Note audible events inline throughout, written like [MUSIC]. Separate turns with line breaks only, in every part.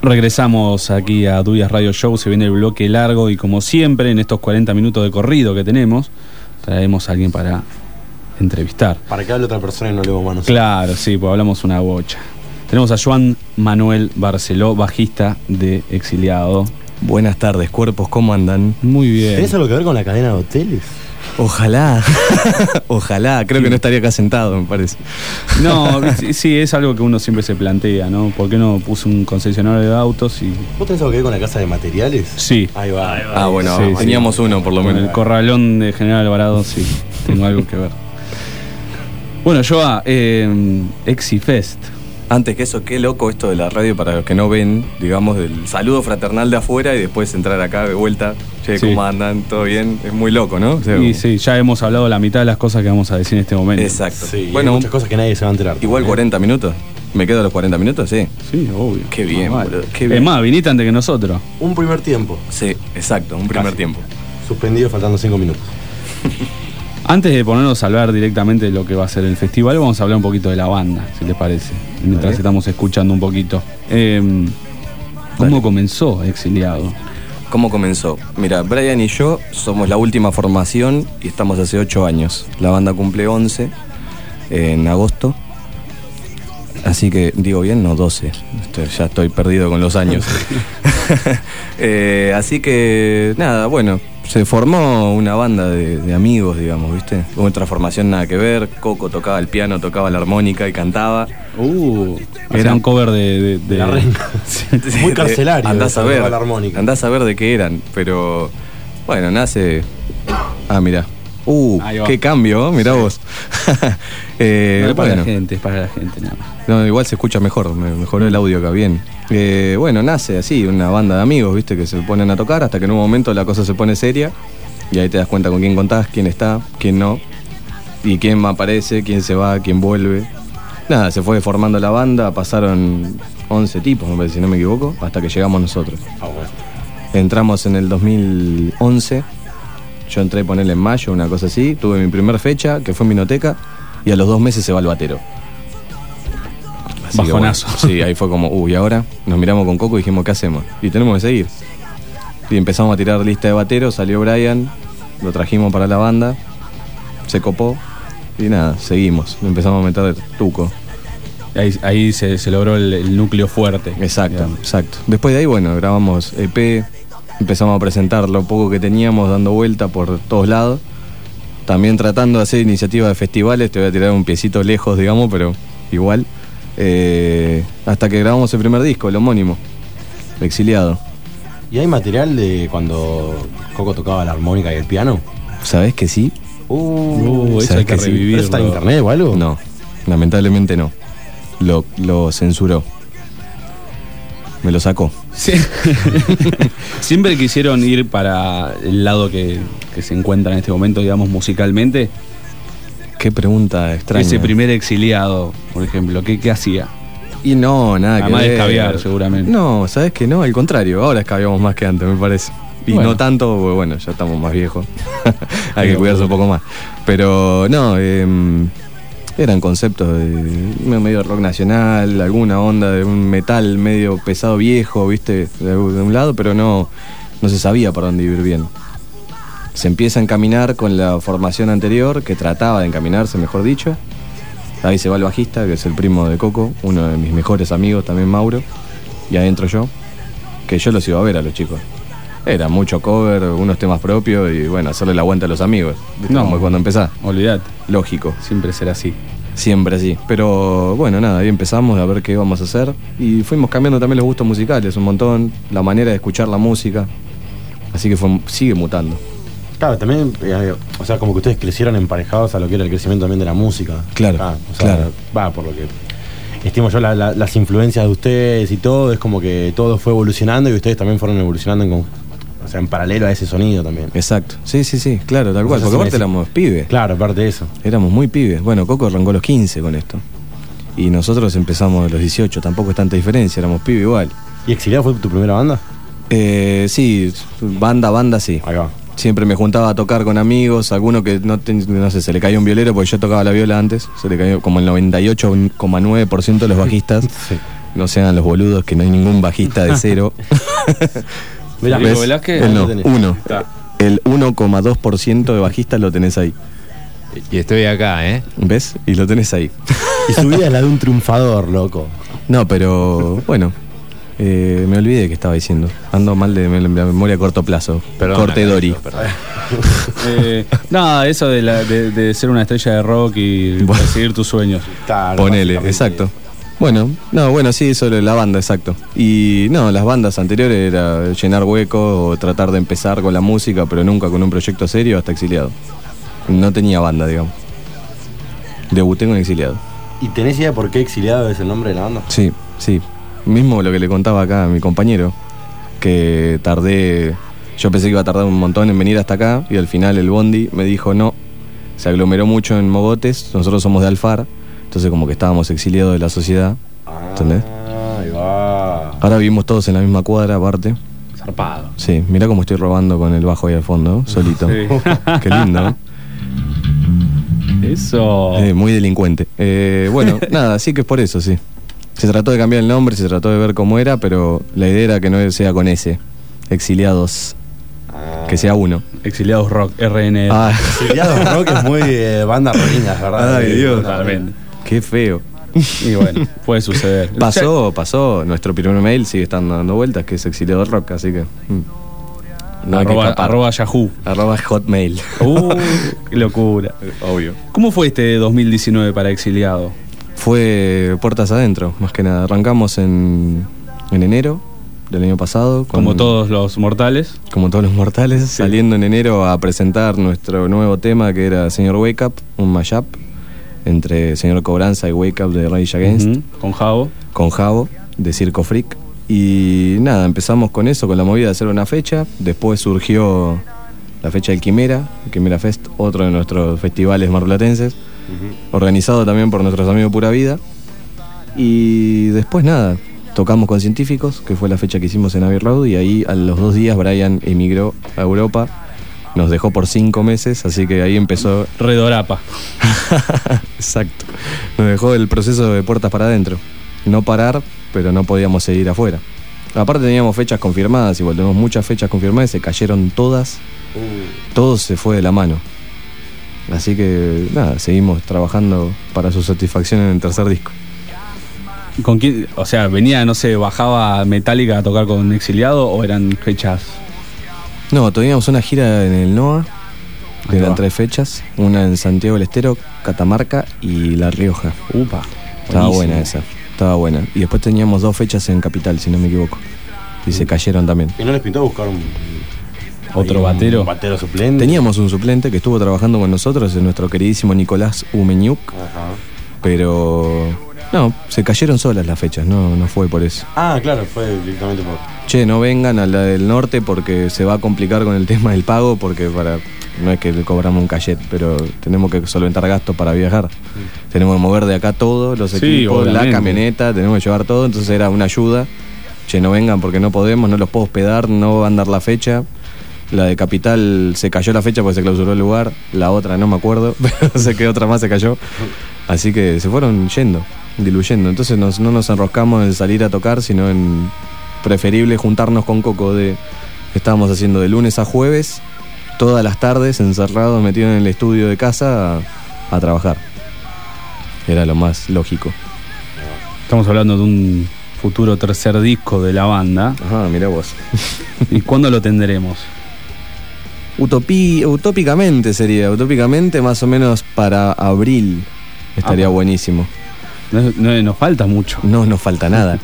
Regresamos aquí a Dubias Radio Show, se viene el bloque largo y como siempre en estos 40 minutos de corrido que tenemos, traemos a alguien para entrevistar.
Para que hable otra persona y no le humanos.
Claro, sí, pues hablamos una bocha. Tenemos a Juan Manuel Barceló, bajista de Exiliado.
Buenas tardes, cuerpos, ¿cómo andan?
Muy bien.
¿Tenés algo que ver con la cadena de hoteles?
Ojalá, [LAUGHS] ojalá, creo que no estaría acá sentado, me parece.
No, sí, sí, es algo que uno siempre se plantea, ¿no? ¿Por qué no puso un concesionario de autos y
¿Vos tenés algo que ver con la casa de materiales?
Sí.
Ahí va.
Ah, bueno,
Sí, sí.
teníamos uno por lo
Con
menos.
el corralón de General Alvarado, sí, tengo algo que ver. Bueno, Joa, eh, Exifest.
Antes que eso, qué loco esto de la radio para los que no ven, digamos, del saludo fraternal de afuera y después entrar acá de vuelta. Che,
Sí.
¿cómo andan? ¿Todo bien? Es muy loco, ¿no? O sea,
Y sí, ya hemos hablado la mitad de las cosas que vamos a decir en este momento.
Exacto.
Sí, bueno,
bueno,
muchas cosas que nadie se va a enterar. ¿Eh?
igual 40 minutos. ¿Me quedo a los 40 minutos? Sí.
Sí, obvio.
Qué bien,
Más vale.
boludo, qué bien.
Es más, viniste antes que nosotros.
Un primer tiempo.
Sí, exacto, un primer
Casi.
tiempo.
Suspendido faltando 5 minutos.
Antes de ponernos a hablar directamente de lo que va a ser el festival, vamos a hablar un poquito de la banda, si les parece. Mientras
Dale.
estamos escuchando un poquito. Eh, ¿Cómo
Dale.
comenzó Exiliado?
¿Cómo comenzó? Mira, Brian y yo somos la última formación y estamos hace 8 años. La banda cumple 11 en agosto. Así que, digo bien, no 12. Estoy- ya estoy perdido con los años. [LAUGHS] Eh, así que, nada, bueno, se formó una banda de, de amigos, digamos, ¿viste? Otra formación nada que ver. Coco tocaba el piano, tocaba la armónica y cantaba.
Uh, era
Era- Eh,
un cover de, de- de-
La renga.
[LAUGHS] Sí.
Muy carcelario,
Andás a
eso,
ver.
tocaba la armónica.
Andás a ver de qué eran, pero bueno, nace. Ah, mirá. Uh,
Ahí va.
qué cambio, ¿eh? mirá vos. [LAUGHS] Eh,
No, es para
bueno.
la gente, es para la gente nada más.
No, igual se escucha mejor, me mejoró el audio acá, bien. Eh, bueno, nace así, una banda de amigos, viste, que se ponen a tocar hasta que en un momento la cosa se pone seria y ahí te das cuenta con quién contás, quién está, quién no, y quién aparece, quién se va, quién vuelve. Nada, se fue formando la banda, pasaron 11 tipos, me parece, si no me equivoco, hasta que llegamos nosotros.
Ah, bueno.
Entramos en el 2011. Yo entré, ponerle en mayo, una cosa así. Tuve mi primer fecha, que fue en Minoteca. Y a los dos meses se va el batero. Así que,
Bajonazo.
bueno, sí, ahí fue como, uy, ahora nos miramos con Coco y dijimos, ¿qué hacemos? Y tenemos que seguir. Y empezamos a tirar lista de bateros. Salió Brian, lo trajimos para la banda. Se copó. Y nada, seguimos. Le Empezamos a meter tuco.
Ahí, ahí se, se logró el, el núcleo fuerte.
Exacto,
digamos.
exacto. Después de ahí, bueno, grabamos EP, empezamos a presentar lo poco que teníamos dando vuelta por todos lados. También tratando de hacer iniciativas de festivales, te voy a tirar un piecito lejos, digamos, pero igual. Eh, hasta que grabamos el primer disco, el homónimo, Exiliado.
¿Y hay material de cuando Coco tocaba la armónica y el piano?
¿Sabés que sí?
Uh,
Uh, eso
¿Sabes
hay que
que sí?
revivirlo.
¿Pero está en internet o algo?
No, lamentablemente no. Lo, lo censuró. Me lo sacó.
Sí. [LAUGHS] Siempre quisieron ir para el lado que, que se encuentra en este momento, digamos, musicalmente.
Qué pregunta extraña.
Ese primer exiliado, por ejemplo, ¿qué, qué hacía?
Y no, nada
Además de
que ver.
escabiar, seguramente.
No, ¿sabes que No, al contrario, ahora escabiamos más que antes, me parece. Y
Bueno.
no tanto, porque, bueno, ya estamos más viejos. [LAUGHS] Hay que
Pero-
cuidarse un poco más. Pero no, em, eran conceptos de me- medio rock nacional, alguna onda de un metal medio pesado viejo, viste, de algún- de un lado, pero no, no se sabía para dónde vivir bien. Se empieza a encaminar con la formación anterior, que trataba de encaminarse, mejor dicho. Ahí se va el bajista, que es el primo de Coco, uno de mis mejores amigos, también Mauro. Y adentro yo, que yo los iba a ver a los chicos. Era mucho cover, unos temas propios y bueno, hacerle la aguanta a los amigos. ¿viste?
No.
Como cuando empezás.
Olvídate,
Lógico,
siempre será así.
siempre así. Pero bueno, nada, ahí empezamos a ver qué íbamos a hacer. Y fuimos cambiando también los gustos musicales un montón, la manera de escuchar la música. Así que fue- sigue mutando.
Claro, también, eh, o sea, como que ustedes crecieron emparejados a lo que era el crecimiento también de la música.
Claro,
Ah, o sea,
claro.
Va, por lo que estimo yo, la- la- las influencias de ustedes y todo, es como que todo fue evolucionando y ustedes también fueron evolucionando en, con- o sea, en paralelo a ese sonido también.
Exacto. Sí, sí, sí, claro, tal cual.
O sea,
Porque
si me
aparte
decís-
éramos pibes.
Claro, aparte de eso.
Éramos muy pibes. Bueno, Coco arrancó a los 15 con esto. Y nosotros empezamos a los 18, tampoco es tanta diferencia, éramos pibes igual.
¿Y Exiliado fue tu primera banda?
Eh, sí, banda, banda, sí.
Ahí va.
Siempre me juntaba a tocar con amigos, alguno que no, ten- no sé, se le cayó un violero porque yo tocaba la viola antes, se le cayó como el 98,9% de los bajistas.
Sí.
No sean los boludos que no hay ningún bajista de cero.
Mirá,
Federico
¿Ves?
Velázquez.
El no,
Ahí lo tenés.
uno.
Está.
El 1,2% de bajistas lo tenés ahí.
Y estoy acá, ¿eh?
¿Ves? Y lo tenés ahí.
Y su vida es la de un triunfador, loco.
No, pero bueno. eh, me olvidé que estaba diciendo. Ando mal de mem- la memoria a corto plazo.
Perdón,
Corte
acá,
Dori.
perdón.
Eh, nada, eso de, la- de- de ser una estrella de rock y
[LAUGHS] Bueno.
perseguir tus sueños.
Claro,
Ponele,
básicamente.
exacto. Bueno, no, bueno, sí, eso de la banda, exacto. Y no, las bandas anteriores era llenar huecos o tratar de empezar con la música, pero nunca con un proyecto serio hasta exiliado. No tenía banda, digamos. Debuté con exiliado.
¿Y tenés idea por qué exiliado es el nombre de la banda?
Sí, sí. Mismo lo que le contaba acá a mi compañero, que tardé, yo pensé que iba a tardar un montón en venir hasta acá y al final el Bondi me dijo no, se aglomeró mucho en Mogotes, nosotros somos de Alfar, entonces como que estábamos exiliados de la sociedad.
Ah,
¿Entendés?
Ahí va.
Ahora vivimos todos en la misma cuadra aparte.
Zarpado.
Sí, mira cómo estoy robando con el bajo ahí al fondo, solito. [LAUGHS]
Sí. [LAUGHS]
Qué lindo. ¿no?
Eso.
Eh, muy delincuente. Eh,
[LAUGHS]
bueno, nada, así que es por eso, sí. Se trató de cambiar el nombre, se trató de ver cómo era, pero la idea era que no sea con ese. Exiliados,
Ah.
que sea uno.
Exiliados Rock, RN.
Ah,
[LAUGHS]
Exiliados Rock es muy eh, banda ruina, es ¿verdad?
Ay,
Eh,
Dios.
Totalmente.
qué feo.
Y bueno, [LAUGHS] puede suceder.
Pasó, pasó. Nuestro primer mail sigue estando dando vueltas, que es exiliados rock, así que. mm. No hay que
arroba,
escapar.
arroba
[LAUGHS]
Yahoo.
Arroba
[LAUGHS]
hotmail.
Uh, qué locura.
Obvio.
¿Cómo fue este 2019 para Exiliado?
Fue puertas adentro, más que nada. Arrancamos en, en enero del año pasado. con-
Como todos los mortales.
Como todos los mortales, saliendo en enero a presentar nuestro nuevo tema que era Señor Wake Up, un mashup entre Señor Cobranza y Wake Up de Rage Against,
Ujú, Con Javo.
con Javo de Circo Freak. Y nada, empezamos con eso, con la movida de hacer una fecha. Después surgió la fecha del Quimera, el Quimera Fest, otro de nuestros festivales marplatenses organizado también por nuestros amigos Pura Vida. Y después nada, tocamos con científicos, que fue la fecha que hicimos en Abbey Road, y ahí a los dos días Brian emigró a Europa, nos dejó por cinco meses, así que ahí empezó...
Redorapa.
Exacto, nos dejó el proceso de puertas para adentro. No parar, pero no podíamos seguir afuera. Aparte teníamos fechas confirmadas, igual tenemos muchas fechas confirmadas, y se cayeron todas
Uh,
todo se fue de la mano. Así que nada, seguimos trabajando para su satisfacción en el tercer disco.
¿Con quién? O sea, venía, no sé, bajaba Metallica a tocar con Exiliado o eran fechas.
No, teníamos una gira en el NOA, que
Ahí
eran
va.
tres fechas, una en Santiago del Estero, Catamarca y La Rioja.
Upa.
Estaba
buenísimo.
buena esa, estaba buena. Y después teníamos dos fechas en Capital, si no me equivoco. Y se cayeron también.
¿Y no les pintó buscar un.
Otro
ahí un
batero.
batero suplente?
Teníamos un suplente que estuvo trabajando con nosotros, es nuestro queridísimo Nicolás Umeñuc,
Ajá.
pero no, se cayeron solas las fechas, no, no fue por eso.
Ah, claro, fue directamente por.
Che, no vengan a la del norte porque se va a complicar con el [LAUGHS] tema del pago, porque para no es que le cobramos un cachet, pero tenemos que solventar gastos para viajar. Tenemos que mover de acá todo, los
Mm. Sí,
equipos,
obviamente.
la camioneta, tenemos que llevar todo, entonces era una ayuda. Che, no vengan porque no podemos, no los puedo hospedar, no van a dar la fecha. La de Capital se cayó la fecha porque se clausuró el lugar, la otra no me acuerdo, [LAUGHS] pero sé que otra más se cayó. Así que se fueron yendo, diluyendo. Entonces nos- no nos enroscamos en salir a tocar, sino en preferible juntarnos con Coco de estábamos haciendo de lunes a jueves, todas las tardes encerrados, metidos en el estudio de casa a, a trabajar. Era lo más lógico.
Estamos hablando de un futuro tercer disco de la banda.
Ajá, mira vos. [LAUGHS]
¿Y cuándo lo tendremos?
Utopí, utópicamente sería, utópicamente más o menos para abril estaría
Ajá.
buenísimo.
No, no- nos falta mucho.
No nos falta nada.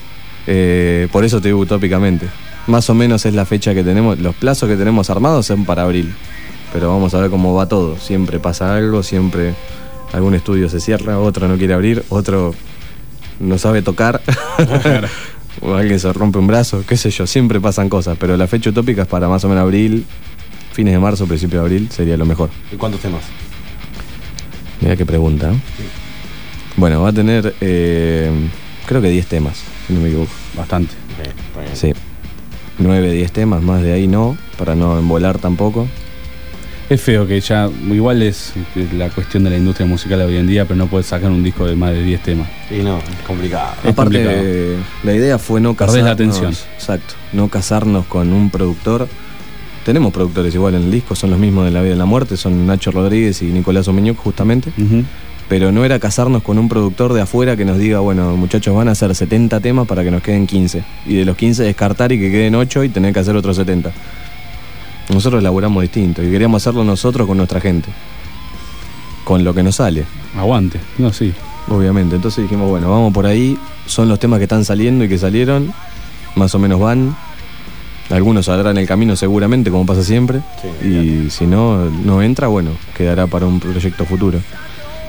Eh, por eso te digo utópicamente. Más o menos es la fecha que tenemos. Los plazos que tenemos armados son para abril. Pero vamos a ver cómo va todo. Siempre pasa algo, siempre algún estudio se cierra, otro no quiere abrir, otro no sabe tocar. [LAUGHS] o alguien se rompe un brazo, qué sé yo. Siempre pasan cosas. Pero la fecha utópica es para más o menos abril, fines de marzo, principio de abril, sería lo mejor.
¿Y cuántos temas?
Mira qué pregunta. ¿eh? Bueno, va a tener eh, creo que 10 temas, si no me equivoco.
Bastante.
Eh, está bien.
Sí. 9, 10 temas, más de ahí no, para no embolar tampoco.
Es feo que ya, igual es este, la cuestión de la industria musical hoy en día, pero no puedes sacar un disco de más de 10 temas.
Sí, no, es complicado.
Es
Aparte,
complicado.
eh, la idea fue no
Perdés
casarnos.
la atención.
Exacto. No casarnos con un productor. Tenemos productores igual en el disco, son los mismos de La Vida y la Muerte, son Nacho Rodríguez y Nicolás Omeñuc, justamente.
Ujú.
Pero no era casarnos con un productor de afuera que nos diga, bueno, muchachos, van a hacer 70 temas para que nos queden 15. Y de los 15 descartar y que queden 8 y tener que hacer otros 70. Nosotros elaboramos distinto y queríamos hacerlo nosotros con nuestra gente. Con lo que nos sale.
Aguante. No, sí.
Obviamente, entonces dijimos, bueno, vamos por ahí, son los temas que están saliendo y que salieron, más o menos van, algunos saldrán en el camino seguramente, como pasa siempre,
Sí,
y si no, no entra, bueno, quedará para un proyecto futuro.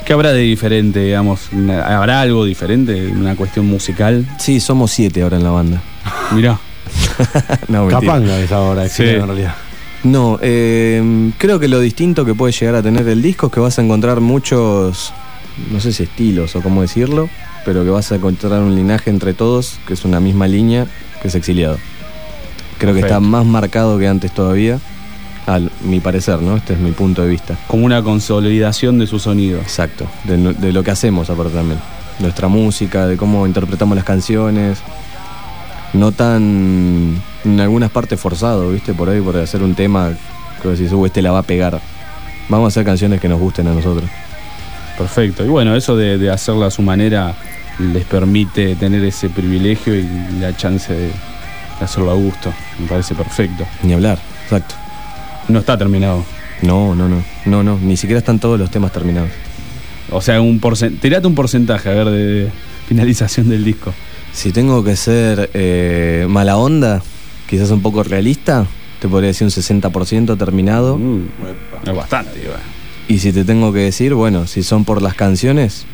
¿Qué habrá de diferente, digamos? ¿Habrá algo diferente? ¿Una cuestión musical?
Sí, somos siete ahora en la banda.
Mirá.
[LAUGHS] no, mentira.
Capanga es ahora,
Sí.
en realidad.
No, eh, creo que lo distinto que puede llegar a tener el disco es que vas a encontrar muchos, no sé si estilos o cómo decirlo, pero que vas a encontrar un linaje entre todos, que es una misma línea, que es exiliado. Creo que está
Perfecto.
más marcado que antes todavía, a mi parecer, ¿no? Este es mi punto de vista.
Como una consolidación de su sonido.
Exacto, de, no- de lo que hacemos aparte también. Nuestra música, de cómo interpretamos las canciones. No tan en algunas partes forzado, ¿viste? Por ahí, por hacer un tema que decís, "Uh, este la va a pegar. Vamos a hacer canciones que nos gusten a nosotros.
Perfecto. Y bueno, eso de, de hacerla a su manera les permite tener ese privilegio y la chance de hacerlo a gusto. Me parece perfecto.
Ni hablar, exacto.
No está terminado.
No, no, no, no, no, ni siquiera están todos los temas terminados.
O sea, un porcentaje. Tirate un porcentaje, a ver, de, de finalización del disco.
Si tengo que ser eh, mala onda, quizás un poco realista, te podría decir un 60% terminado.
Mm, es bastante, igual.
Y si te tengo que decir, bueno, si son por las canciones,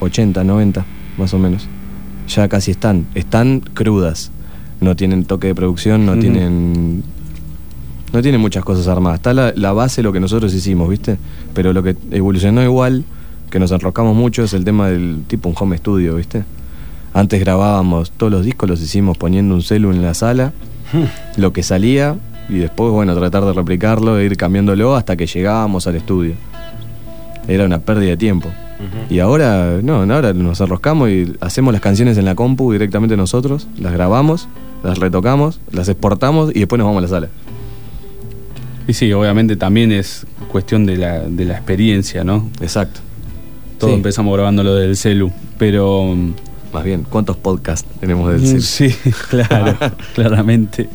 80, 90, más o menos. Ya casi están. Están crudas. No tienen toque de producción, no
Ujú.
tienen. No tienen muchas cosas armadas. Está la, la base, lo que nosotros hicimos, ¿viste? Pero lo que evolucionó igual, que nos enroscamos mucho, es el tema del tipo un home studio, ¿viste? Antes grabábamos todos los discos, los hicimos poniendo un celu en la sala, lo que salía, y después, bueno, tratar de replicarlo, e ir cambiándolo hasta que llegábamos al estudio. Era una pérdida de tiempo. Y ahora, no, no, ahora nos arroscamos y hacemos las canciones en la compu directamente nosotros, las grabamos, las retocamos, las exportamos y después nos vamos a la sala.
Y sí, obviamente también es cuestión de la, de la experiencia, ¿no?
Exacto.
Todos
Sí.
empezamos grabando lo del celu, pero... mm,
Más bien, ¿cuántos podcasts tenemos del celu?
Sí, [LAUGHS]
[LAUGHS]
claro, claramente.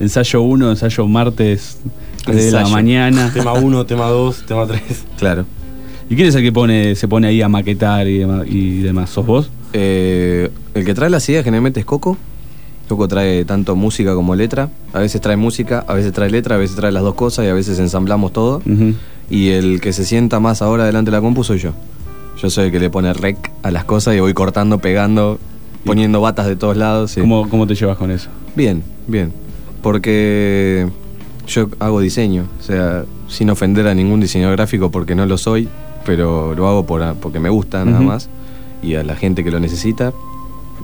Ensayo 1, ensayo martes de la
Ensayo.
mañana.
tema 1, tema 2, tema 3.
Claro.
¿Y quién es el que pone, se pone ahí a maquetar y demás? Y demás? ¿Sos vos?
Eh, el que trae las ideas generalmente es Coco. Coco trae tanto música como letra. A veces trae música, a veces trae letra, a veces trae las dos cosas y a veces ensamblamos todo.
Ujú.
Y el que se sienta más ahora delante de la compu soy yo. Yo soy el que le pone rec a las cosas y voy cortando, pegando, poniendo batas de todos lados. sí.
¿Cómo, ¿Cómo te llevas con eso?
Bien, bien. Porque yo hago diseño, o sea, sin ofender a ningún diseñador gráfico porque no lo soy, pero lo hago por, porque me gusta nada
Ujú.
más y a la gente que lo necesita,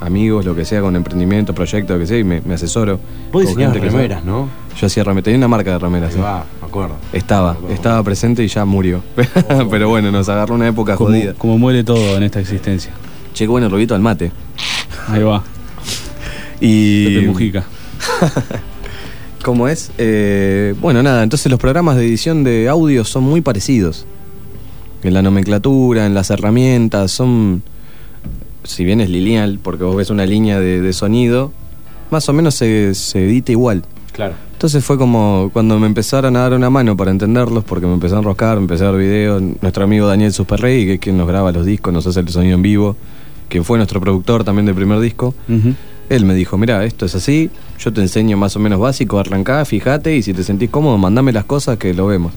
amigos, lo que sea, con emprendimiento, proyecto, lo que sea, y me, me asesoro. con
Vos diseñabas
gente que sabe.
remeras, ¿no?
Yo hacía remeras, tenía una marca de remeras.
Ahí
sí.
va, me acuerdo.
Estaba, estaba presente y ya murió. [LAUGHS] Pero bueno, nos agarró una época
Como,
jodida.
como muere todo en esta existencia.
Che, qué bueno el ruidito al mate.
Ahí va, Pepe
Y mm,
Mujica.
¿Cómo es? Eh, bueno, nada, entonces los programas de edición de audio son muy parecidos. En la nomenclatura, en las herramientas, son. Si bien es lineal, porque vos ves una línea de, de sonido, más o menos se, se edita igual.
Claro.
Entonces fue como cuando me empezaron a dar una mano para entenderlos, porque me empecé a enroscar, me empecé a ver videos. Nuestro amigo Daniel Superrey, que es quien nos graba los discos, nos hace el sonido en vivo, que fue nuestro productor también del primer disco.
Ujú.
Él me dijo, mira, esto es así, yo te enseño más o menos básico, arrancá, fíjate y si te sentís cómodo, mandame las cosas que lo vemos.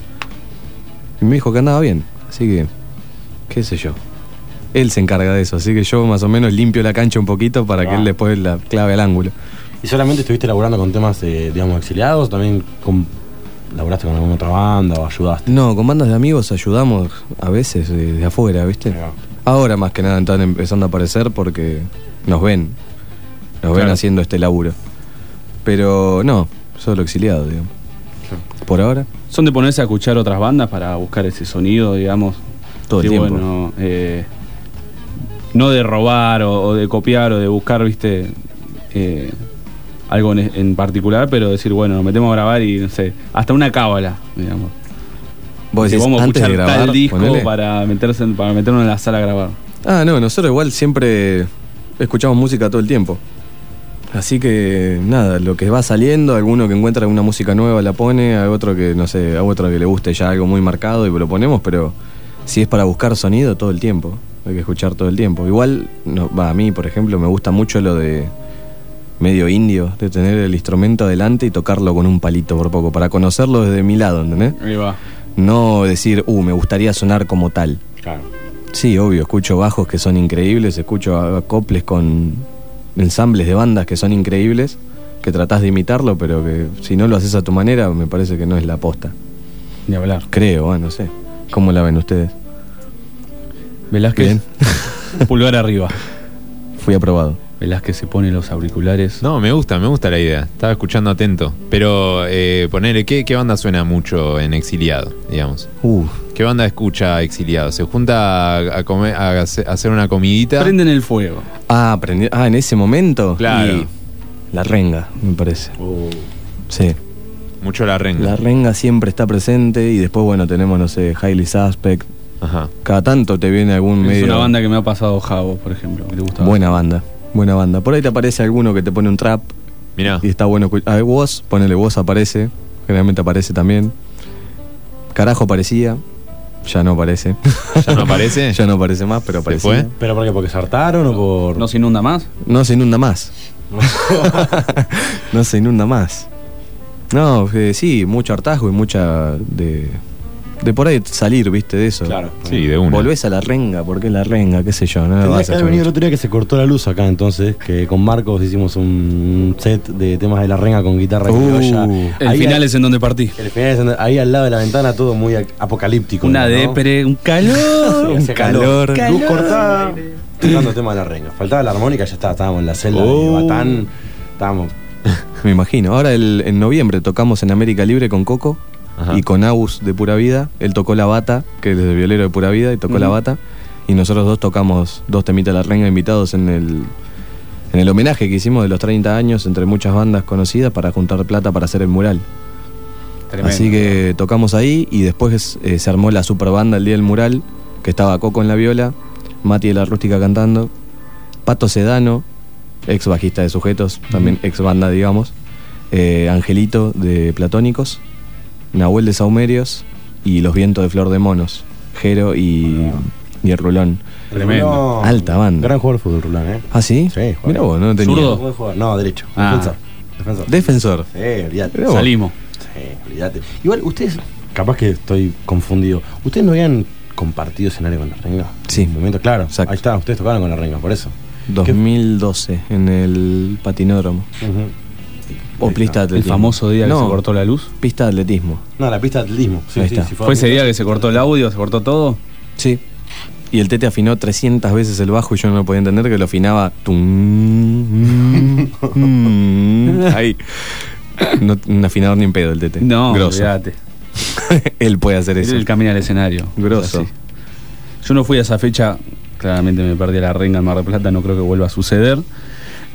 Y me dijo que andaba bien, así que, qué sé yo. Él se encarga de eso, así que yo más o menos limpio la cancha un poquito para que
Ah.
él después la clave al ángulo.
¿Y solamente estuviste laburando con temas, eh, digamos, exiliados? ¿También con- laburaste con alguna otra banda o ayudaste?
No, con bandas de amigos ayudamos a veces eh, de afuera, ¿viste?
Ahí va.
Ahora más que nada están empezando a aparecer porque nos ven, nos ven
Claro.
haciendo este laburo. Pero no, solo exiliado, digamos. por ahora.
¿Son de ponerse a escuchar otras bandas para buscar ese sonido, digamos?
Todo el
Sí,
tiempo.
bueno, eh, no de robar o, o de copiar o de buscar, viste, eh, algo en, en particular, pero decir, bueno, nos metemos a grabar y, no sé, hasta una cábala, digamos.
Vos
Que
decís,
vamos a
antes
escuchar
de grabar,
tal disco
ponele.
para, meterse, en- para meternos en la sala a grabar.
Ah, no, nosotros igual siempre escuchamos música todo el tiempo. Así que nada, lo que va saliendo, alguno que encuentra alguna música nueva la pone, a otro que, no sé, a otro que le guste ya algo muy marcado y lo ponemos, pero si es para buscar sonido, todo el tiempo. Hay que escuchar todo el tiempo. Igual, no, va, a mí, por ejemplo, me gusta mucho lo de medio indio, de tener el instrumento adelante y tocarlo con un palito por poco, para conocerlo desde mi lado, ¿entendés?
Ahí va.
No decir, uh, me gustaría sonar como tal.
Claro.
Sí, obvio, escucho bajos que son increíbles, escucho acoples con ensambles de bandas que son increíbles, que tratás de imitarlo, pero que si no lo haces a tu manera, me parece que no es la aposta.
Ni hablar.
Creo, ah, no sé. ¿Cómo la ven ustedes?
Velázquez,
Bien. [LAUGHS]
pulgar arriba.
Fui aprobado.
Velázquez se pone los auriculares.
No, me gusta, me gusta la idea. Estaba escuchando atento. Pero eh, ponele, ¿qué, ¿qué banda suena mucho en Exiliado, digamos?
Uh,
¿Qué banda escucha Exiliado? ¿Se junta a, a comer- a hace- a hacer una comidita?
Prenden el fuego.
ah, aprendí. Ah, en ese momento.
Claro.
Y la renga, me parece. Sí.
Mucho la
Mm.
renga.
La renga siempre está presente y después, bueno, tenemos, no sé, Highly Suspect.
Ajá.
Cada tanto te viene algún
Es
medio.
una banda que me ha pasado Javo, por ejemplo. que le gusta.
Buena banda, buena banda. Por ahí te aparece alguno que te pone un trap
Mirá.
[LAUGHS] y está bueno. escu- Ah, vos, ponele vos, aparece. Generalmente aparece también. Carajo aparecía. Ya no aparece.
¿Ya no
[LAUGHS]
aparece?
ya no aparece más, pero aparece.
fue?
¿Pero por qué? ¿Porque saltaron o por.?
¿No se inunda más?
No se inunda
[LAUGHS]
más. no se inunda más. No, eh, sí, mucho hartazgo y mucha de. De por ahí salir, viste, de eso.
Claro.
Sí, de una.
Volvés a la renga, porque es la renga, qué sé yo, no
Tendría
vas
que
a
haber
hacer
venido el
mucho.
otro día que se cortó la luz acá, entonces, que con Marcos hicimos un set de temas de la renga con guitarra
Uh,
criolla.
El
Ahí
final
al-
es en donde partí.
el final es en- ahí al lado de la ventana, todo muy ac- apocalíptico.
Una
¿no?
depre, un
[LAUGHS]
calor.
Sí, hacía
calor.
Luz cortada. Tocando temas de la renga. Faltaba la armónica, ya está, estábamos en la celda
Uh.
de Batán. Estábamos.
Me imagino. Ahora el- en noviembre tocamos en América Libre con Coco
Ajá.
y con Agus de Pura Vida. Él tocó la bata, que es el violero de Pura Vida, y tocó la
Ujú.
bata. Y nosotros dos tocamos dos temitas de la renga invitados en el, en el homenaje que hicimos de los 30 años entre muchas bandas conocidas para juntar plata para hacer el mural.
Tremendo.
Así que tocamos ahí y después eh, se armó la super banda el día del mural, que estaba Coco en la viola, Mati de la Rústica cantando, Pato Sedano, ex bajista de Sujetos, también ex banda, digamos, eh, Angelito de Platónicos, Nahuel de Saumerios y Los Vientos de Flor de Monos, Jero y, y el Rulón.
Tremendo.
No.
Alta banda.
Gran jugador de fútbol, Rulán, ¿eh?
¿Ah, sí?
Sí, joder.
Mira vos, no tenía.
Zurdo.
Buen jugador. No, derecho.
Ah.
Defensor. Defensor.
Defensor.
sí, olvídate.
Mirá vos.
Salimos.
Sí, olvídate. Igual, ustedes. Capaz que estoy confundido. ¿Ustedes no habían compartido escenario con la renga?
Sí.
En un momento, claro.
Exacto.
Ahí está, ustedes tocaron con la renga, por eso.
2012 en el patinódromo. O
Ahí
pista de
está.
El
atletismo.
famoso día
No,
que se cortó la luz.
Pista de atletismo.
No, la pista de atletismo. Sí,
Ahí
sí,
está.
sí,
¿Fue ese día que se cortó el audio, se cortó todo?
Sí. Y el Tete afinó 300 veces el bajo y yo no lo podía entender que lo afinaba. tum, mm,
[LAUGHS]
ahí. No, un afinador ni en pedo el Tete.
No,
Grosso.
olvídate.
[LAUGHS] Él puede hacer eso.
Él camina al escenario.
Grosso.
Es así. Yo no fui a esa fecha, claramente me perdí la renga en Mar del Plata, no creo que vuelva a suceder.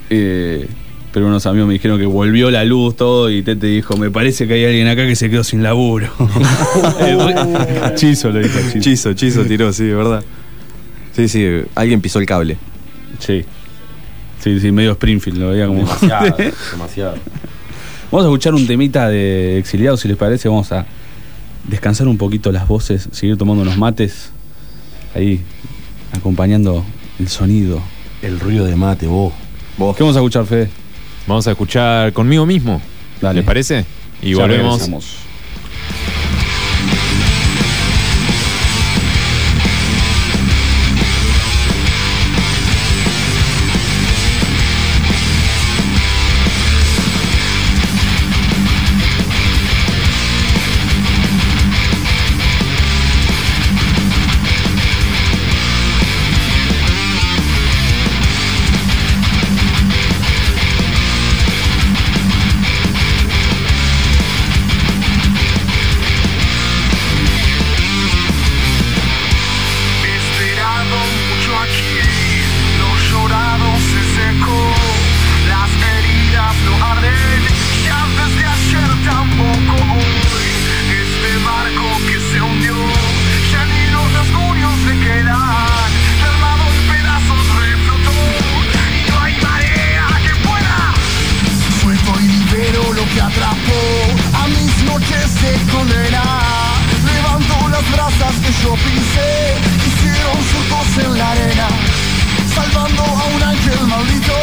Eh, pero unos amigos me dijeron que volvió la luz todo y Tete dijo, me parece que hay alguien acá que se quedó sin laburo. [LAUGHS] Eh, Chizo lo dijo, Chizo.
Chizo, chizo tiró, sí, de verdad. Sí, sí, alguien pisó el cable.
Sí. Sí, sí, medio Springfield, lo veía como...
Demasiado, demasiado.
[LAUGHS] Vamos a escuchar un temita de exiliados, si les parece. Vamos a descansar un poquito las voces, seguir tomando unos mates. Ahí, acompañando el sonido.
El ruido de mate, vos.
Vos.
¿Qué vamos a escuchar, Fede?
Vamos a escuchar conmigo mismo.
Dale.
¿Les parece? Y
Ya
volvemos.
regresamos.
Thank Este tiempo a mis noches de condena. Levanto las brasas que yo pisé, hicieron surcos en la arena, salvando a un ángel maldito.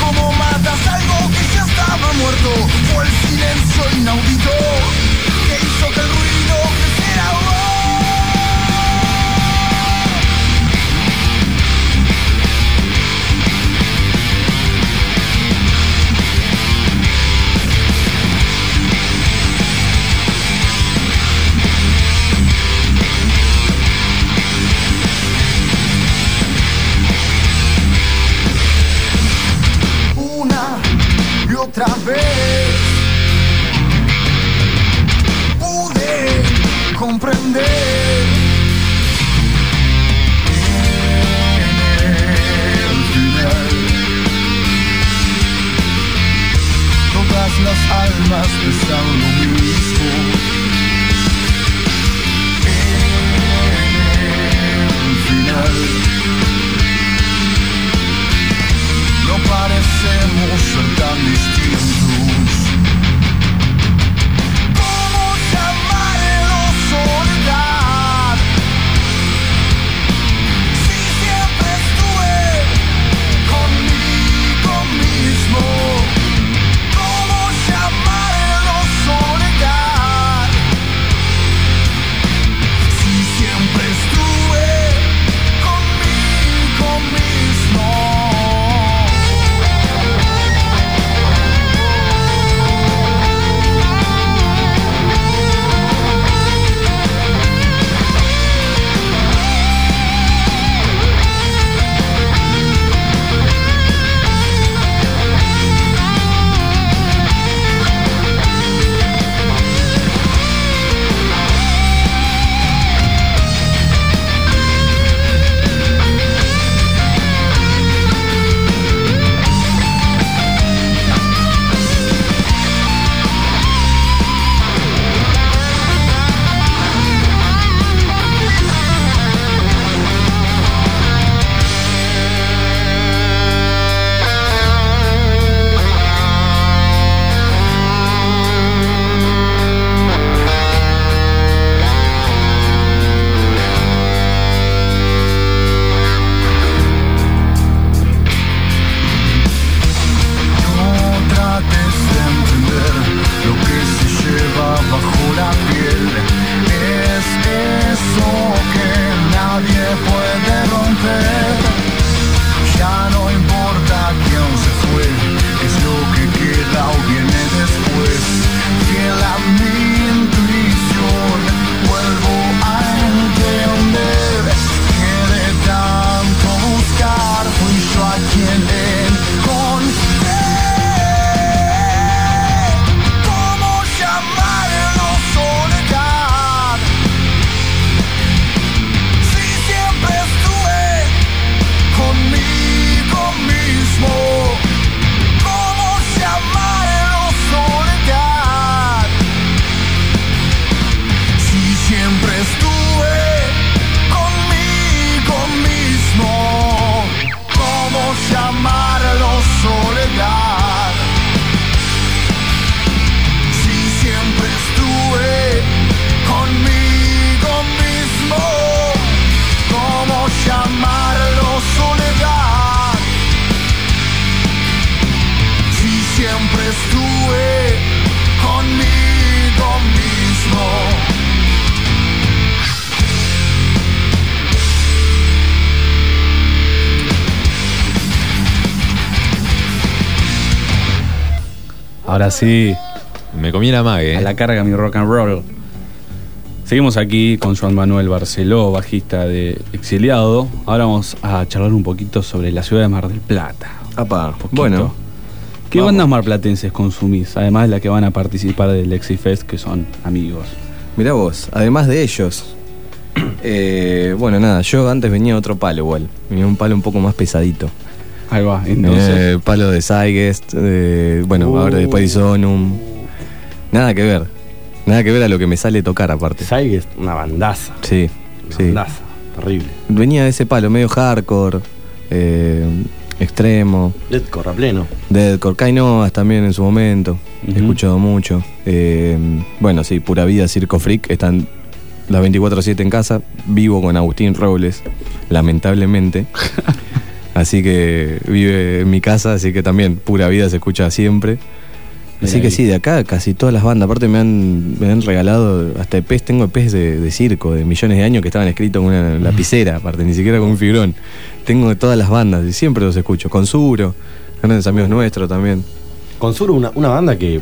Como matas algo que ya estaba muerto, fue el silencio inaudito que hizo que el ruido creciera. Oh, una y otra vez pude comprender el final. Todas las almas pesan lo mismo. En el final. No parecemos ser tan distintos. ¿Cómo llamarlo soledad? Si siempre estuve conmigo mismo. ¿Cómo llamarlo soledad? Si siempre estuve conmigo mismo. No trates de entender lo que se lleva bajo la piel. Es eso que nadie puede romper. Ya no importa quién se fue, es lo que queda o viene después. Fiel a mi intuición, vuelvo a entender que de tanto buscar fui yo a quien le confié. ¿Cómo llamarlo soledad? Si siempre estuve conmigo mismo. ¿Cómo llamarlo soledad? Si siempre estuve conmigo mismo. ¿Cómo llamarlo soledad? Si siempre estuve conmigo mismo. ¿Cómo llamarlo soledad? Si siempre estuve conmigo mismo.
Ahora sí,
Me comí la mague.
a
¿eh?
la carga mi rock and roll. Seguimos aquí con Juan Manuel Barceló, bajista de Exiliado. Ahora vamos a charlar un poquito sobre la ciudad de Mar del Plata.
Apa,
poquito.
bueno.
¿Qué
Vamos.
bandas marplatenses consumís? Además de las que van a participar del Exifest, que son amigos.
Mirá vos, además de ellos. eh, bueno, nada, yo antes venía de otro palo igual. Venía un palo un poco más pesadito.
Ahí va, entonces.
Eh, palo de Saigest, eh, bueno,
Uh.
ahora de Paisonum. Nada que ver. Nada que ver a lo que me sale tocar aparte.
Saig es una bandaza.
Sí,
Una
sí.
bandaza. Terrible.
Venía de ese palo, medio hardcore, eh, extremo,
Deathcore a pleno.
deadcore, Kainoas también en su momento.
Ujú.
he escuchado mucho. Eh, bueno, sí, Pura Vida, Circo Freak, están las 24-7 en casa, vivo con Agustín Robles,
[LAUGHS]
lamentablemente. así que vive en mi casa, así que también Pura Vida se escucha siempre. Así
Mira
que
ahí.
sí, de acá casi todas las bandas, aparte me han, me han regalado hasta EPs, tengo EPs de, de circo, de millones de años que estaban escritos en una
Mm.
lapicera, aparte, ni siquiera con un fibrón. Tengo de todas las bandas y siempre los escucho, con Suro, grandes amigos nuestros también.
Con Sur, una, una banda que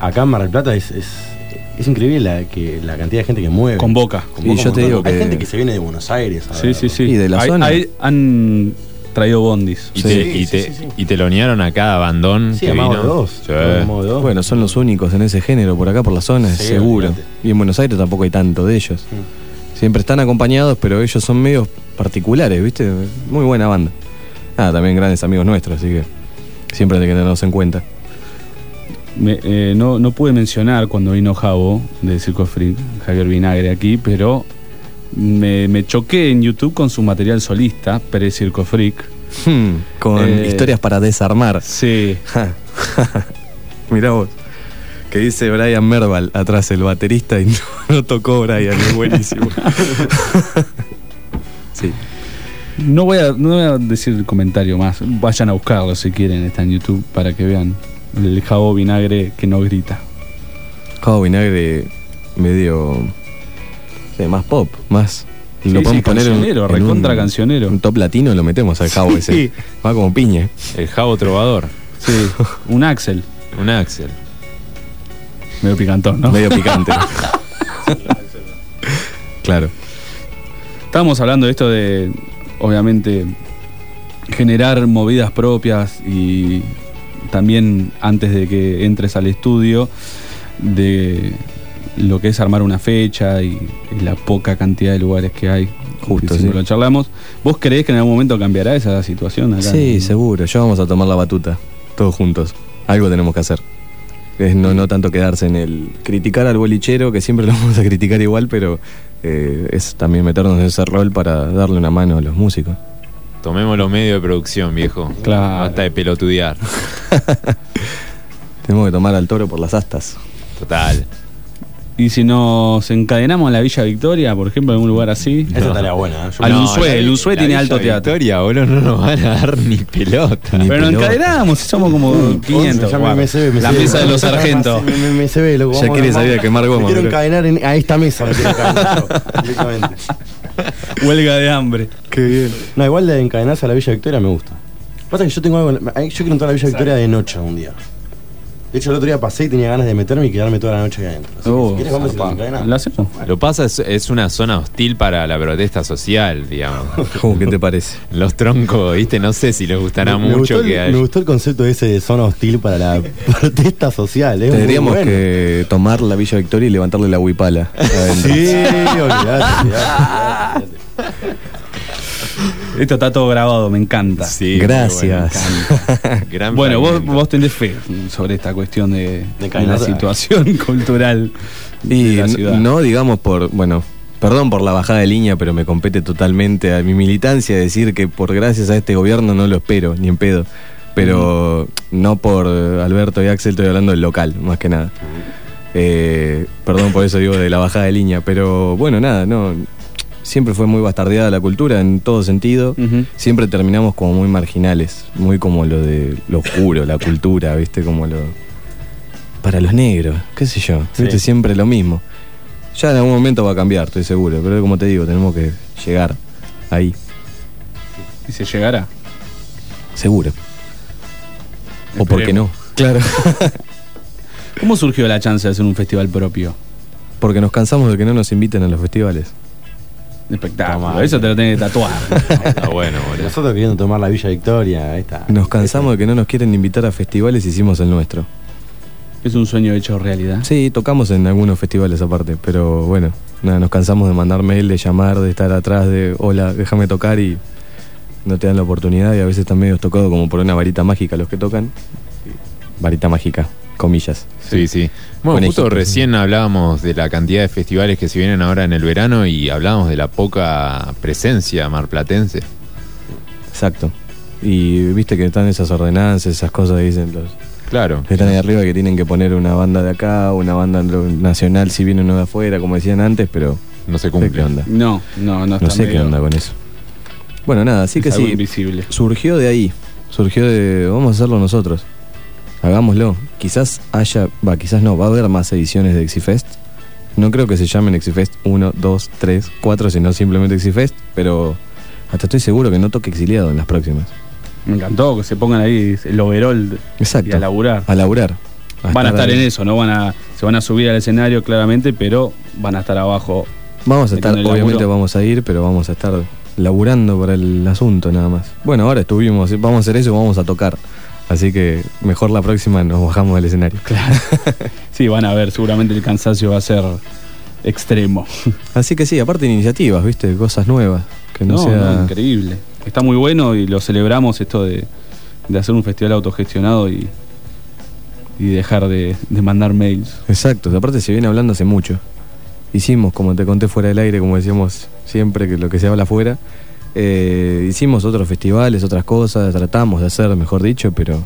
acá en Mar del Plata es, es, es increíble la, que, la cantidad de gente que
Eh,
mueve.
Convoca.
Convoca
Y yo
un
te
montón.
digo
Hay
que-
gente que se viene de Buenos Aires. a
Sí,
ver.
sí, sí.
Y de la
Ahí-
zona.
ahí han traído bondis.
Y,
Sí,
te, y,
sí,
te,
sí, sí.
y te lonearon a cada bandón
Sí,
que
a Mago
vino.
de dos.
Sí.
A Mago de dos.
Bueno, son los únicos en ese género por acá, por la zona,
Sí,
seguro.
olvídate.
Y en Buenos Aires tampoco hay tanto de ellos. Siempre están acompañados, pero ellos son medios particulares, ¿viste? Muy buena banda. Ah, también grandes amigos nuestros, así que siempre hay que tenerlos en cuenta.
Me- eh, no, no pude mencionar cuando vino Javo de Circo Freak, Javier Vinagre aquí, pero me, me choqué en YouTube con su material solista, pre-Circo Freak.
Hmm, Con
Eh.
historias para desarmar.
Sí,
Ja. Mirá vos. Que dice Brian Merval atrás el baterista y [LAUGHS] no, no tocó Brian, es buenísimo. sí.
no voy, a, no voy a decir el comentario más. Vayan a buscarlo si quieren, está en YouTube para que vean el Javo Vinagre que no grita.
Javo Vinagre medio sí, más pop, más
Sí, sí, cancionero, recontra
un-
cancionero.
un top latino lo metemos al Javo ese. Va como piña.
El jabo trovador.
Sí, [LAUGHS] un Axel,
Un Axel.
medio picantón, ¿no? [LAUGHS]
Medio picante. claro.
Estábamos hablando de esto de, obviamente, generar movidas propias y también antes de que entres al estudio, de lo que es armar una fecha y, y la poca cantidad de lugares que hay.
Justo,
Que siempre lo
sí.
charlamos. ¿Vos creés que en algún momento cambiará esa situación? acá?
Sí, seguro. Ya vamos a tomar la batuta. Todos juntos. Algo tenemos que hacer. Es no, no tanto quedarse en el criticar al bolichero, que siempre lo vamos a criticar igual, pero eh, es también meternos en ese rol para darle una mano a los músicos.
Tomemos los medios de producción, viejo.
Claro.
Basta de pelotudear.
Tenemos que tomar al toro por las astas.
Total.
Y si nos encadenamos a la Villa Victoria, por ejemplo, en algún lugar así.
Esa
[LAUGHS]
estaría buena. ¿eh? Yo-
Al
No,
Unzué,
la-
el Unzué
la
tiene
Villa
alto teatro.
Victoria, boludo, no nos van a dar ni pelota.
Ni-
Pero nos
pelota.
encadenamos, somos
[LAUGHS]
como 500.
Ya me-
guau.
me se ve, me
la
se ve.
mesa de
[LAUGHS]
los sargentos.
Me, me- me se ve, loco.
Ya
Vamos
quiere
a-
salir a quemar goma,
Me quiero
boludo.
encadenar en- a esta mesa. Me quiero encadenar yo, directamente.
Huelga de hambre.
Qué bien.
No, igual de encadenarse a la Villa Victoria me gusta. Pasa que yo tengo algo. Yo quiero entrar a la Villa Victoria de noche un día. De hecho, el otro día pasé y tenía ganas de meterme y quedarme toda la noche ahí adentro. Así que,
Oh,
si quieres, vamos y nos
zarpado.
encadenamos.
¿La hacemos?
Lo pasa es, es una zona hostil para la protesta social, digamos.
[LAUGHS] ¿Qué te parece?
Los troncos, viste, no sé si les gustará
me, me
mucho
gustó el,
que haya-
me gustó el concepto ese de zona hostil para la [LAUGHS] protesta social. ¿eh?
Tendríamos
Muy bueno.
que tomar la Villa Victoria y levantarle la huipala. adentro.
Sí, olvidate, olvidate, olvidate.
Esto está todo grabado, me encanta.
Sí,
Gracias.
muy Gran
Bueno, vos,
fragmento.
vos tenés fe sobre esta cuestión de,
De
de la
caminar.
situación [LAUGHS] cultural
[LAUGHS] Y
de la
n-
ciudad.
no digamos por, bueno, perdón por la bajada de línea, pero me compete totalmente a mi militancia decir que por gracias a este gobierno no lo espero, ni en pedo. Pero no por eh, Alberto y Axel, estoy hablando del local, más que nada. Eh, perdón por eso digo de la bajada de línea, pero bueno, nada, no. Siempre fue muy bastardeada la cultura en todo sentido.
Ujú.
Siempre terminamos como muy marginales, muy como lo de lo oscuro, la cultura, ¿viste? Como lo. Para los negros, qué sé yo.
Sí.
¿Viste? Siempre lo mismo. Ya en algún momento va a cambiar, estoy seguro. Pero como te digo, tenemos que llegar ahí.
Y se llegará.
Seguro. O por qué no. Claro.
¿Cómo surgió la chance de hacer un festival propio?
[LAUGHS] Porque nos cansamos de que no nos inviten a los festivales.
Espectáculo.
Tomá.
Eso te lo tenés que tatuar.
[LAUGHS]
Está bueno,
[LAUGHS]
boludo.
Nosotros queriendo tomar la Villa Victoria, ahí está.
Nos cansamos de que no nos quieren invitar a festivales, hicimos el nuestro.
es un sueño hecho realidad.
Sí, tocamos en algunos festivales aparte, pero bueno, nada, nos cansamos de mandar mail, de llamar, de estar atrás, de hola, déjame tocar y no te dan la oportunidad y a veces están medio tocados como por una varita mágica los que tocan. Varita mágica, comillas.
Sí, sí. Bueno,
Buen
justo
equipo.
recién hablábamos de la cantidad de festivales que se vienen ahora en el verano y hablábamos de la poca presencia marplatense.
Exacto. Y viste que están esas ordenanzas, esas cosas que dicen los
Claro.
Están ahí arriba que tienen que poner una banda de acá, una banda lo- nacional si viene uno de afuera, como decían antes, pero
No se
no sé qué
cumple.
onda.
No, no, no está
No sé qué
medio-
onda con eso. Bueno, nada, así que
es algo
sí,
invisible.
surgió de ahí. Surgió de, vamos a hacerlo nosotros. Hagámoslo. Quizás haya, va, quizás no, va a haber más ediciones de Exifest. No creo que se llamen Exifest 1, 2, 3, 4, sino simplemente Exifest, pero hasta estoy seguro que no toque exiliado en las próximas.
Me encantó que se pongan ahí el overall y
Exacto. Ah,
a laburar.
A laburar.
van a estar
ahí.
en eso, no van a se van a subir al escenario claramente, pero van a estar abajo.
Vamos a estar,
Metiendo el
obviamente
laburo.
vamos a ir, pero vamos a estar laburando para el asunto nada más. Bueno, ahora estuvimos, vamos a hacer eso, vamos a tocar. Así que mejor la próxima nos bajamos del escenario.
Sí, van a ver, seguramente el cansancio va a ser extremo.
Así que sí, aparte de iniciativas, viste, cosas nuevas. Que [LAUGHS] no,
No,
sea.
no, increíble. Está muy bueno y lo celebramos esto de, de hacer un festival autogestionado y, y dejar de, de mandar mails.
Exacto, aparte se viene hablando hace mucho. Hicimos, como te conté fuera del aire, como decíamos siempre, que lo que se habla fuera. eh, hicimos otros festivales, otras cosas, tratamos de hacer, mejor dicho, pero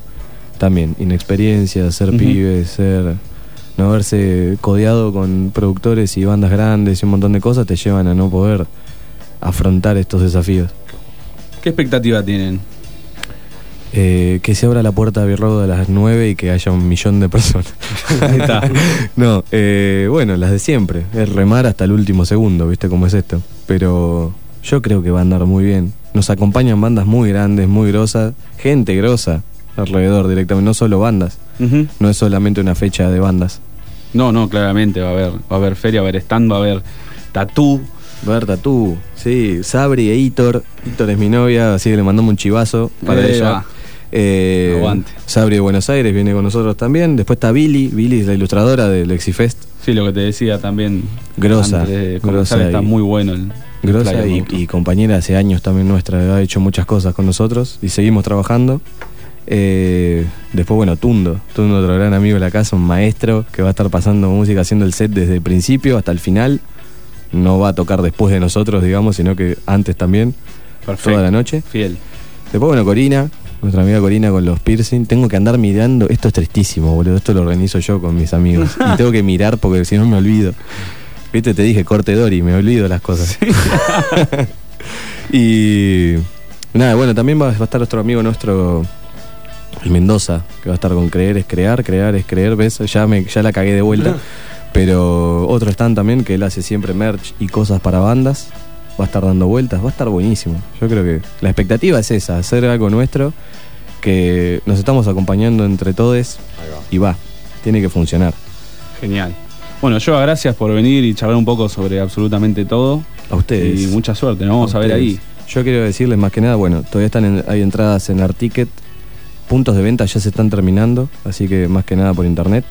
también inexperiencia, ser
Ujú.
pibes, ser. no haberse codeado con productores y bandas grandes y un montón de cosas te llevan a no poder afrontar estos desafíos.
¿Qué expectativa tienen?
Eh, que se abra la puerta de Birrodo a las 9 y que haya un millón de personas.
Ahí está.
No, eh, bueno, las de siempre. Es remar hasta el último segundo, ¿viste cómo es esto? Pero yo creo que va a andar muy bien. Nos acompañan bandas muy grandes, muy grosas, gente grosa alrededor directamente, no solo bandas.
Ujú.
No es solamente una fecha de bandas.
No, no, claramente va a haber, va a haber feria, va a haber stand, va a haber tatú.
Berta, tú, sí, Sabri e Hitor. Hitor es mi novia, así que le mandamos un chivazo para
Eh,
ella.
va.
Eh,
Aguante.
Sabri de Buenos Aires viene con nosotros también. Después está Billy, Billy es la ilustradora del Exifest.
Sí, lo que te decía también.
Grosa,
antes de comenzar,
grosa
está
y-
muy bueno el. el
Grosa
flyer, me
y,
gustó.
y compañera hace años también nuestra, ha hecho muchas cosas con nosotros y seguimos trabajando. Eh, después, bueno, Tundo, Tundo, otro gran amigo de la casa, un maestro que va a estar pasando música, haciendo el set desde el principio hasta el final. No va a tocar después de nosotros, digamos, sino que antes también,
Perfecto.
toda la noche.
Fiel.
Después, bueno, Corina, nuestra amiga Corina con los piercing. Tengo que andar mirando. Esto es tristísimo, boludo. Esto lo organizo yo con mis amigos. y tengo que mirar porque si no me olvido. Viste, te dije corte Dori, me olvido las cosas. [LAUGHS] y. Nada, bueno, también va, va a estar nuestro amigo nuestro. El Mendoza, que va a estar con creer es crear, crear es creer, ¿ves? Ya, me, ya la cagué de vuelta. Pero otro stand también que él hace siempre merch y cosas para bandas. Va a estar dando vueltas, va a estar buenísimo. Yo creo que la expectativa es esa, hacer algo nuestro que nos estamos acompañando entre todos y va, tiene que funcionar.
Genial. Bueno, Joa, gracias por venir y charlar un poco sobre absolutamente todo.
A ustedes.
Y mucha suerte, nos vamos a ver ahí.
Ustedes. Yo quiero decirles más que nada, bueno, todavía están en- hay entradas en Articket, puntos de venta ya se están terminando, así que más que nada por internet.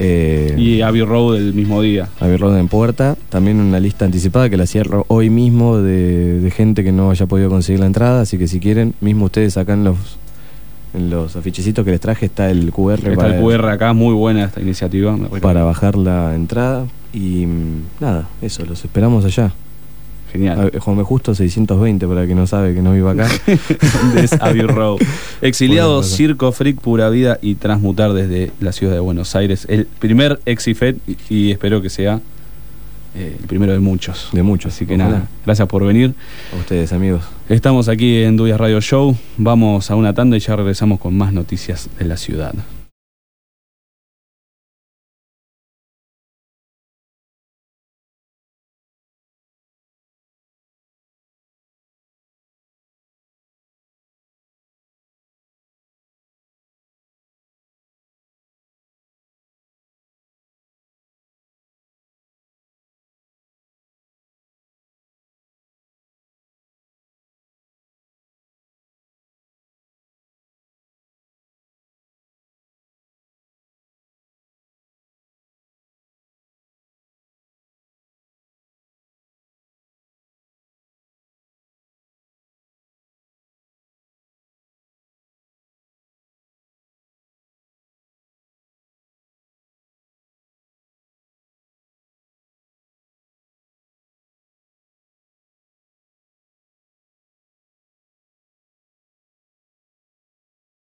Eh,
Y Abbey Road el mismo día.
A ver, Roda en Puerta. También una lista anticipada que la cierro hoy mismo de, de gente que no haya podido conseguir la entrada. Así que si quieren, mismo ustedes acá en los, en los afichecitos que les traje está el QR,
Está
para,
el QR acá, muy buena esta iniciativa. me parece.
para bajar la entrada. Y mm, nada, eso, los esperamos allá. A
[LAUGHS] Genial.
ver, Juan B. Justo 620, para el que no sabe que no
[LAUGHS]
viva acá.
¿Dónde es Abbey Road? Exiliado,
[LAUGHS] Bueno, pasa.
Circo Freak, Pura Vida y Transmutar desde la ciudad de Buenos Aires. El primer Exifet y, y espero que sea eh, el primero de muchos.
De muchos,
Así que
ojalá.
nada, gracias por venir.
A ustedes, amigos.
Estamos aquí en Dubias Radio Show. Vamos a una tanda y ya regresamos con más noticias de la ciudad.